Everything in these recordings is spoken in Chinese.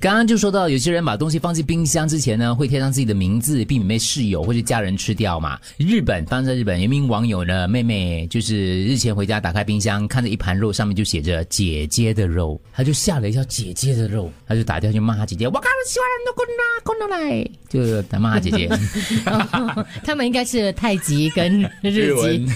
刚刚就说到，有些人把东西放进冰箱之前呢，会贴上自己的名字，避免被室友或者家人吃掉嘛。日本，当然在日本，有一名网友呢，妹妹就是日前回家打开冰箱，看着一盘肉，上面就写着“姐姐的肉”，她就吓了一跳，“姐姐的肉”，她就打电话去骂她姐姐，我刚喜欢的滚啦滚啦来，就是她骂她姐姐。 他们应该是太极跟日籍 文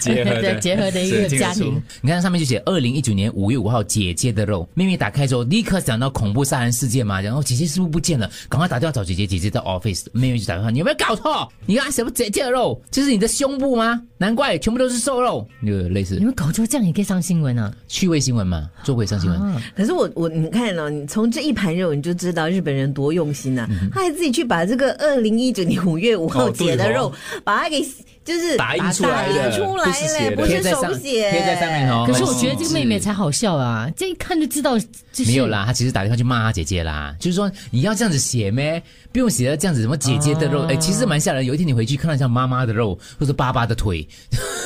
结合的对结合的一个是听得家出庭你看上面就写二零一九年五月五号姐姐的肉，妹妹打开之后立刻想到恐怖杀人事件嘛，然后姐姐是不是不见了？赶快打电话找姐姐，姐姐在 office，妹妹就打电话，你有没有搞错？你看什么姐姐的肉？这是你的胸部吗？难怪全部都是瘦肉，就类似你们搞错这样也可以上新闻啊！趣味新闻嘛，做鬼上新闻。可是我我你看哦，你从这一盘肉你就知道日本人多用心啊，他还自己去把这个二零一九年五月五号嗯哦对解的哦肉，把它给就是打印出来的打印出来不是写嘞，的不贴是在手上，写，贴在上面。哦。可是我觉得这个妹妹才好笑啊，这一看就知道就是没有啦，他其实打电话去骂他姐姐啦，就是说你要这样子写咩？不用写的这样子，什么姐姐的肉，啊哎、其实蛮吓人。有一天你回去看到像妈妈的肉或者爸爸的腿，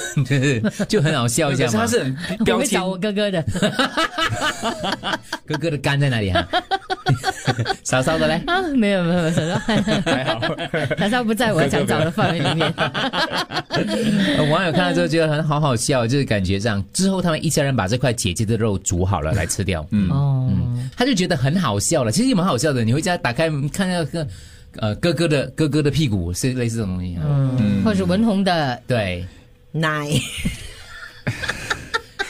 就很好笑一下可是嘛他。是很我标会签找，我哥哥的，哥哥的肝在哪 里啊？嫂嫂的嘞？啊，没有没有，小赵 还好。小赵不在我想找的范围里 面。呃网友看到之后觉得很好好笑，就是感觉上之后他们一家人把这块姐姐的肉煮好了来吃掉，嗯，哦，他就觉得很好笑了。其实也蛮好笑的，你回家打开看那个呃哥哥的哥哥的屁股是类似这种东西啊，嗯或者文红的对。奶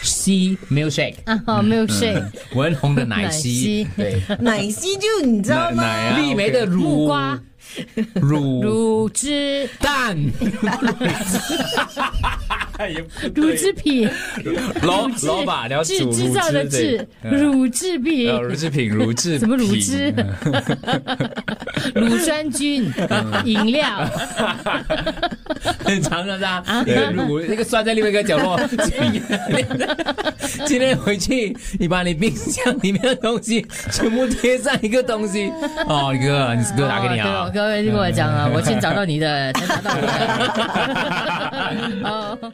C milkshake， 啊哦嗯没有睡，文红的奶昔， 奶昔对，奶昔就你知道奶吗？奶啊，丽梅的 OK 乳木嗯瓜、乳乳汁、蛋， 哎也不乳对制品、老乳制老板要制煮制造的制制，乳制品呃，乳 制品，乳制品什么 乳汁？ 乳酸菌嗯饮料，很长的啦，啊一个乳，一个酸在另外一个角 落。 今天回去，你把你冰箱里面的东西全部贴上一个东西。哦，哥，你哥打给你啊哦对我。呃 各位跟我讲啊，我先找到你的，才找到我的。哦。